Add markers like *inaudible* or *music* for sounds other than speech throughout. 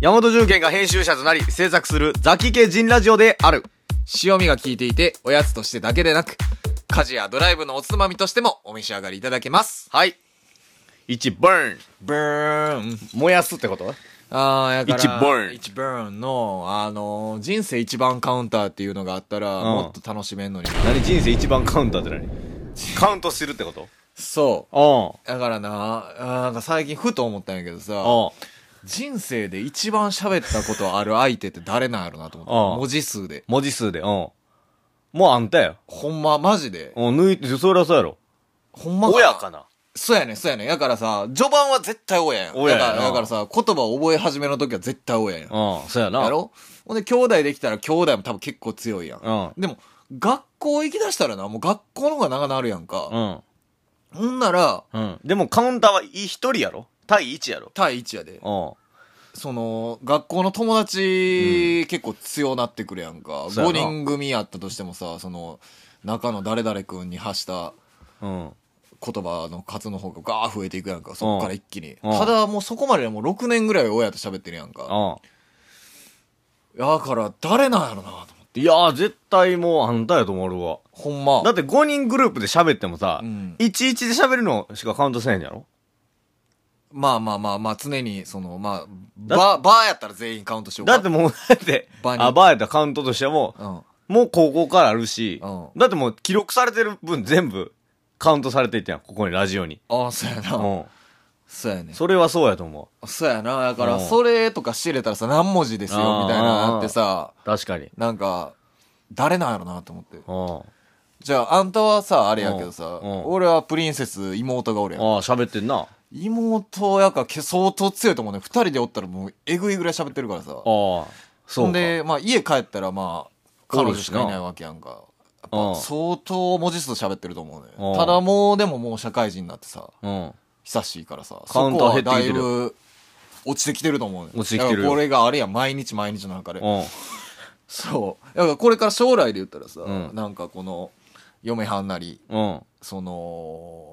山本重建が編集者となり制作するザキ系人ラジオである。塩味が効いていて、おやつとしてだけでなく、家事やドライブのおつまみとしてもお召し上がりいただけます。はい。1、burn。ブーン。燃やすってことああ、やから。一バーン一バーンの、あのー人生一番カウンターっていうのがあったら、んもっと楽しめんのに。何人生一番カウンターって何カウントしてるってことそう。うだからな、あーなんか最近ふと思ったんやけどさ、ん。うん。人生で一番喋ったことある相手って誰なんやろなと思うって。ん文字数で。文字数で、うん。もうあんたよ。ほんま、マジで。うん、抜いて、そりゃそうやろ。ほんま。な。そうやねん、そうやねん。だからさ、序盤は絶対親やん。親やなだからだからさ、言葉を覚え始めの時は絶対親やうん。ん、そうやな。やろほんで、兄弟できたら兄弟も多分結構強いやん。うん。でも、学校行き出したらな、もう学校の方が長なるやんうか。ん。ほんなら、うん。でもカウンターは一人やろ対一やろ対1やで。うその、学校の友達、結構強なってくるやんか。そうや5な人組やったとしてもさ、その、中の誰々君に発したん。うん。言葉の数の方がガー増えていくやんか。そっから一気に。うんただもうそこまででもう6年ぐらい親と喋ってるやんか。うだから誰なんやろなと思って。ん。いやー、絶対もうあんたやと思うわ。ほんま。だって5人グループで喋ってもさ、うん11で喋るのしかカウントせないんやろまあまあまあまあ、常に、その、まあ、だバー、バーやったら全員カウントしようか。だってもう、だって、場にあ、バーやったらカウントとしても、うん。もう高校からあるし、うだってもう記録されてる分全部カウントされていってんやんここにラジオに。ああ、そうやな。うん。そうやね。それはそうやと思そうやな。だかうら、んそれとか知れたらさ、何文字ですよ、あーみたいなのあってさ、う。確かに。なんか、誰なんやろなと思って。うん。じゃあ、あんたはさ、あれやけどさ、うんうん俺はプリンセス、妹がおるやん。ああ、喋ってんな。あ妹やからけ相当強いと思うね。二人でおったらもう、えぐいぐらい喋ってるからあ、さ。そうほか。んで、まあ、家帰ったら、まあ、彼女しかいおるしなないわけやんか。やっうんぱ相当文字数喋ってると思ううんね。ただもう、でももう社会人になってさ、うん。久しいからさ、カウンター減ってきてるそこはだいぶ、落ちてきてると思うね。落ちてきてるよだからこれがあれやん、毎日毎日の中で。うん。そう。だからこれから将来で言ったらさ、うんなんかこの、嫁はんなり、うん。その、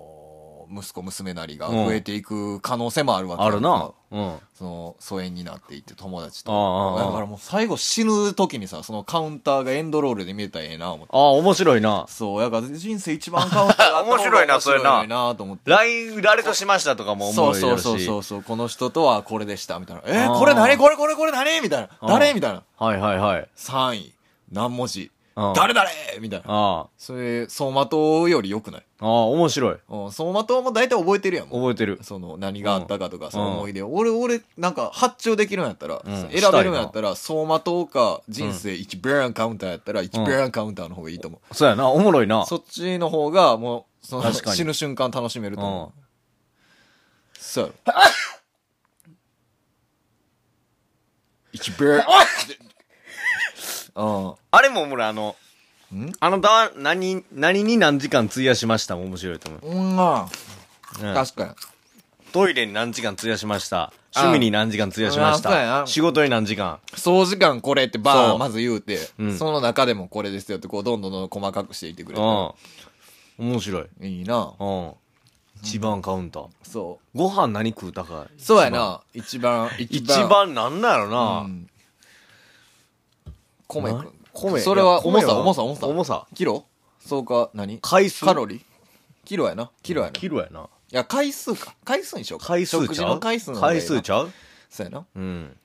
息子娘なりが増えていく可能性もあるわけあやんかるな。うん。その疎遠になっていって友達とああああだからもう最後死ぬ時にさそのカウンターがエンドロールで見えたらええな思ってああ、面白いな。そうやから人生一番カウンターがあった方が面白いなそれな面白いなと思って。 LINE 誰としましたとかもそ思ういそやうるし。そうそうそうこの人とはこれでしたみたいなえああー、これ何これこれこれ何みたいなああ誰みたいなはいはいはい。 3位何文字ああ誰誰みたいなあそれ走馬灯より良くないあ。ああ、面白い。うん走馬灯も大体覚えてるやんもう覚えてる。その何があったかとか、んその思い出を、俺俺なんか発注できるんやったら、うん選べるんやったら走馬灯か人生1ベランカウンターやったら1ベランカウンターの方がいいと思う、そうやな、おもろいな。そっちの方がもうその確かに死ぬ瞬間楽しめると思う、うそうやろ1ベラ *laughs* ンああれもおもろい、あの、あんあのだわ、何、何に何時間費やしましたも面白いと思う。うんまうんあ確かにトイレに何時間費やしました。あ趣味に何時間費やしましあそうやた。な仕事に何時間。総時間これってバそーうまず言うて、うんその中でもこれですよってこうどんどんどんどん細かくしていってうくれん。たら面白い。いいなうん。一番カウンター。そうご飯何食うたか。そうやな。一番、一一番。番なんなんやろうな。ん米く。なん米。それは重さ、重さ、重さ。重さ。キロそうか、何回数。カロリーキロやな。キロやな。いキロやな。や、回数か。回数にしようか。回数食ち事ゃのう回数の方がいい回な数ちゃうそうやな。うん。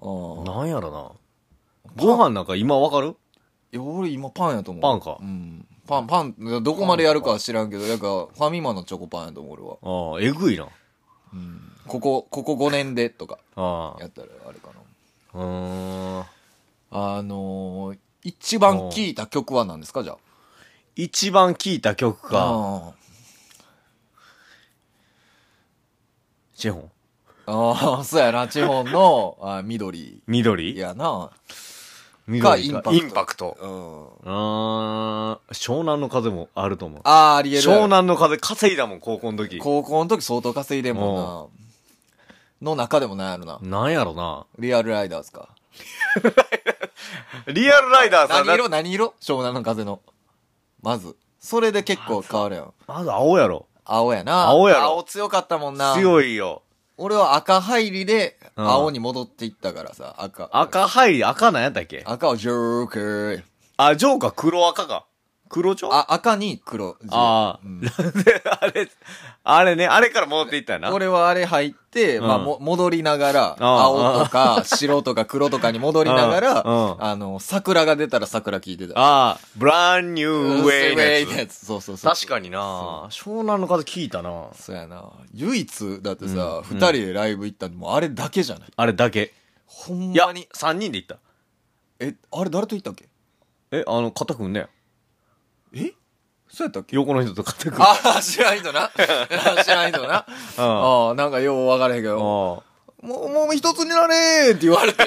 あーなんやろな。ご飯なんか今わかるいや、俺今パンやと思う。パンかうん。パン、パン、どこまでやるかは知らんけど、なんか、ファミマのチョコパンやと思う、俺は。ああ、えぐいな。ここ、ここ5年でとか、あやったらあれかな。あ。うーん。あのー、一番聴いた曲は何ですか、じゃあ。一番聴いた曲か。あーシェホン。ああ、そうやな、地方の、あー緑緑やな。緑かイインンパパクト。うん。うーん。湘南の風もあると思う。ああ、ありえる。湘南の風稼いだもん、高校の時。高校の時相当稼いでんもんな。の中でもなんやろな。なんやろな。リアルライダーズか。リアルライダーさん何だ色何色湘南の風の。まず。それで結構変わるやん。まず青やろ。青やな。青やろ青強かったもんな。強いよ。俺は赤入りで、うん青に戻っていったからさ、赤。赤入り、赤なんやったっけ赤はジョーカー。あ、ジョーカー黒赤か。黒ジョーあ、赤に黒。ああ、うん *laughs* あれ、あれね、あれから戻っていったよな。俺はあれ入って、うんまあ、も、戻りながら、青とか、白とか黒とかに戻りながら、うんうんあの、桜が出たら桜聞いてた。ああ、ブランニューウェイのやのつやつ。そうそうそう。確かにな湘南の方聞いたなそうやな。唯一、だってさ、うん二、人でライブ行ったのもあれだけじゃない。あれだけ。ほんいや、まに。 3人で行った。え、あれ誰と行ったっけえ、あの、肩組んね。えそうやったっけ横の人と肩組ん *laughs* ああ、知らん人な。 *laughs* 知らん *laughs* 人な。あああ、なんかよう分からへんけど、もあう、もう一つになれーって言われ *laughs* て。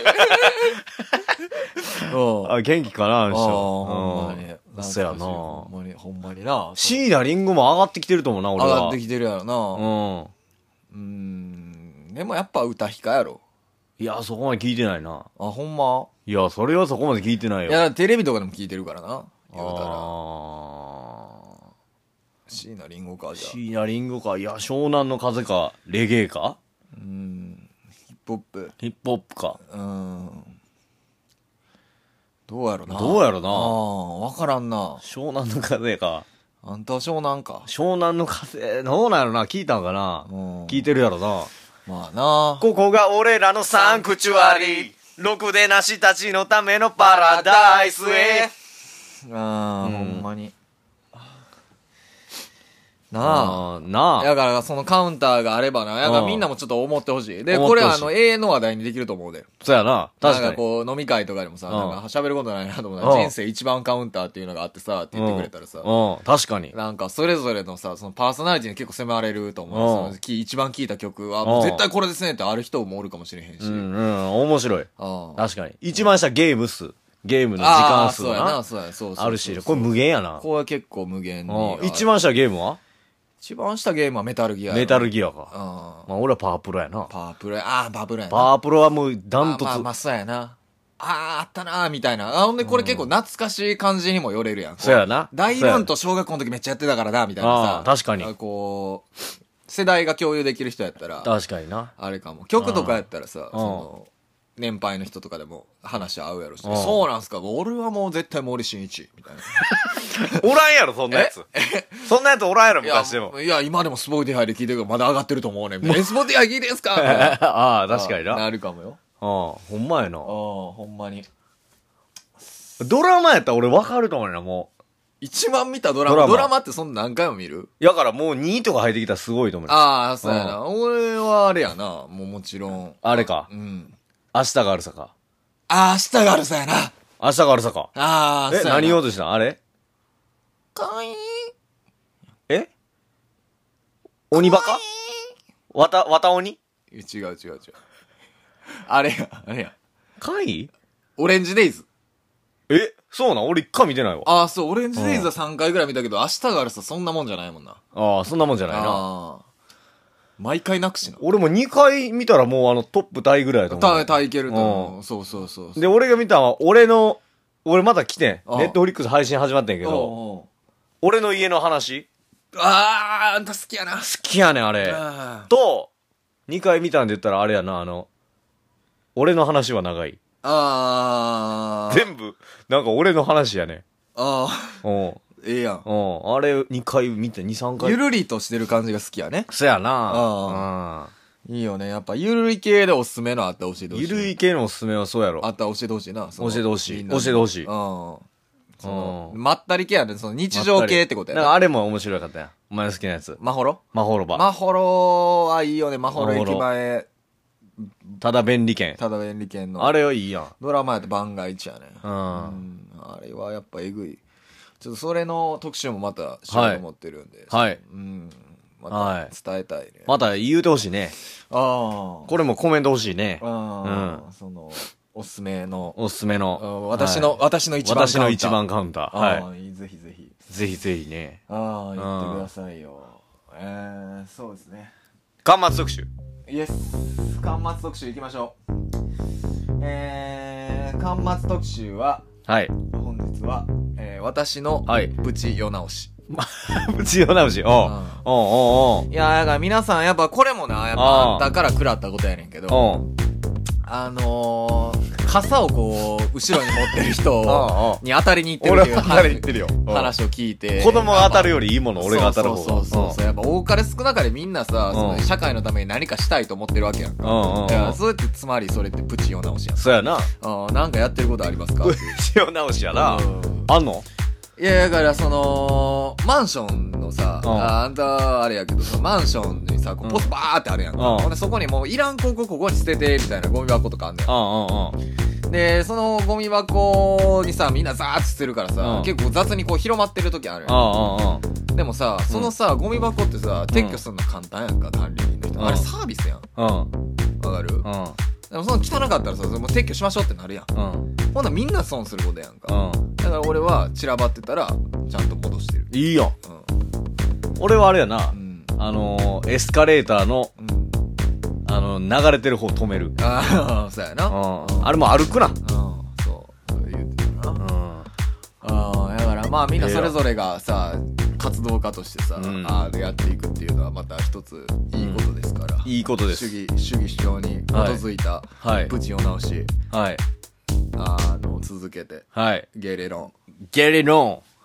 うん。あ、元気かなあのああ、ほんま人。に。うんんかそやなほんまに、ほんまにな。椎名林檎も上がってきてると思うな、上俺は。がってきてるやろな。うん。うん。でもやっぱ歌控やろ。いや、そこまで聞いてないな。あ、ほんまいや、それはそこまで聞いてないいよ。や、だからテレビとかでも聞いてるからな。言うたら。ああ。椎名林檎か、じゃあ。椎名林檎か、いや、湘南の風か、レゲエか、うん。ヒップホップ。ヒップホップか。うん。どうやろな。どうやろあなあ、わからんな。湘南の風か。あんたは湘南か。湘南の風、どうなんやろな聞いたんかなうん聞いてるやろな。まあな。ここが俺らのサンクチュアリー。ろくでなしたちのためのパラダイスへ。ああ、うんほんまに。なあ。ああ、なあ。だから、そのカウンターがあればな。だからうんみんなもちょっと思ってほしい。で、思こってれほしいあの、永遠の話題にできると思うで。そうやな。確かなんかに。こう、飲み会とかでもさ、うんなんか喋ることないなと思ったうんら、人生一番カウンターっていうのがあってさ、って言ってくれたらさ。うん、うん確かに。なんか、それぞれのさ、そのパーソナリティに結構迫れると思うんう。そのき一番聴いた曲は、うもうん絶対これですねってある人もおるかもしれへんし。うん、うん、面白い。ああ確かに。一番下ゲーム数。ゲームの時あ間あ数そうやなな、。そうや、そうそうそうあるし、これ無限やな。これは結構無限にうん。一番番下ゲームは一番下ゲームはメタルギアやろメタルギアうんか。パまあ俺はパワープロやな。ープルああパープルやなパワープロはもうダントまあまあまツ。あそうやなあああったなーみたいなあほんでこれ結構懐かしい感じにもよれるやんこそうやな大乱と小学校の時めっちゃやってたからなみたいあなさー確かにあこう世代が共有できる人やったら確かにな。あれかも曲とかやったらさんその年配の人とかでも話合うやろしうんそうなんすか俺はもう絶対森進一みたい *laughs* なおらんやろ、そんなやつ。そんなやつおらんやろ、昔でも。いや、いや今でもスポーティファイで聞いてるからまだ上がってると思うね。みたいなえスポーティファイ聞いてんすか *laughs* ああ、確かにな。うんなるかもよ。ほんまやなああ。、ほんまに。ドラマやったら俺分かると思うよな、も一番見たドラマ。ドドララママってそんな何回も見るう。やからもう2とか入ってきたらすごいと思うよ。ああ、そうやな。俺はあれやな。もうもちろん。あれかう。ん。明日があるさか。ああ、明日があるさやな。明日があるさか。ああ、え、そうやな何言おうとしたんあれかいいえ鬼バカわた、わた鬼違う違う違う。あれや、あれや。かいオレンジデイズ。えそうなん俺一回見てないわ。ああ、そう、オレンジデイズは3回ぐらい見たけど、明日があるさそんなもんじゃないもんな。ああ、そんなもんじゃないな。ああ。毎回泣くしな。俺も2回見たらもうあのトップタイぐらいだと思うた、。たいけるとう思う。そうそうそうそう。で、俺が見たのは、俺の、俺まだ来てん。ああネットフリックス配信始まってんけど、おうおう俺の家の話あー、あんた好きやな。好好きやねん、あれ。あーと、2回見たんで言ったらあれやな、あの、俺の話は長い。あー。全部、なんか俺の話やねあん。うん。ー、ええやん。うん。あれ、2回見て、2、3回。ゆるりとしてる感じが好きやね。そやあないいよね。やっぱゆるい系でおすすめのあったら教えてうん。ほしい。ゆるい系のおすすめはそうやろあ。ったら教えてほしいな。その教えてほしいみんなに教えてほしいうん。その、うんまったり系やね。その日常系ってことやなんな。かあれも面白かったやん。お前の好きなやつ。まほろまほろば。まほろはいいよね。まほまろほろ駅前、ただ便利券。ただ便利県の。あれはいいやん。ドラマやと番外一やね。うんうんあれはやっぱえぐい。ちょっとそれの特集もまたしようと思ってるんで。はい。うん。はまいた伝えたいね。また言うてほしいね。ああ。これもコメント欲しいね。ああ。その、おすすめの、おすすめあの。私の、はい私の一番カウン私ター。の一番カウンター。あはあ、ぜひぜひ。い。ぜひぜひね。ああ、言ってくださいよ。えー、そうですね。巻末特集。イエス。巻末特集いきましょう。えー、巻末特集は、はい。本日は、えー、私のはいプチ世直し。 *laughs* 無用直し。おううんおうおういや、だから皆さん、やっぱこれもな、やっああぱあったから食らったことやねんけど、おうおうあのー、傘をこう、後ろに持ってる *laughs* 人おうに当たりに行ってる俺っていうは当たり言ってるよ。うん話を聞いて。子供が当たるよりいいもの俺が当たる方が。そうそうそうそう。やっぱ多かれ少なかれみんなさ、そのうん社会のために何かしたいと思ってるわけやんか。うんうんうんいやそうやって、つまりそれってプチ世直しやん。そうや *laughs* な。あーなんかやってることありま *laughs* すか無用直しやな。うんあんのいや、だから、その、マンションのさ、うんああんた、あれやけどさ、マンションにさ、こううんポスバーってあるやんか。うんほんで、そこにもう、いらん広告ここに捨てて、みたいなゴミ箱とかあんねうんうんうん。ん。で、そのゴミ箱にさ、みんなザーッと捨てるからさ、うん結構雑にこう広まってる時あるやあん。でもさ、そのさ、ゴミ箱ってさ、撤去するの簡単やんか、管理人の人。うんあれサービスやん。ああああ。わかる、うん。うん。でもその汚かったらさ、それもう撤去しましょうってなるやん。うん。ほんならみんな損することやんか。うん。だから俺は散らばってたら、ちゃんと戻してる。いいよ。う俺はあれやな。ん。うん。あのー、エスカレーターの、うんあの、流れてる方止める。あ *laughs* あ、そうやな。ううんん。あれも歩くな。そう。そう言ってたうな。ん。ああ、だからまあみんなそれぞれがさ、活動家としてさ、うんああやっていくっていうのはまた一ついいことですから。いいことです。主義、主義主張に基づいた、はいプ。チを直し、はい。あの、続けて、はい。ゲイレ論。ゲリノン。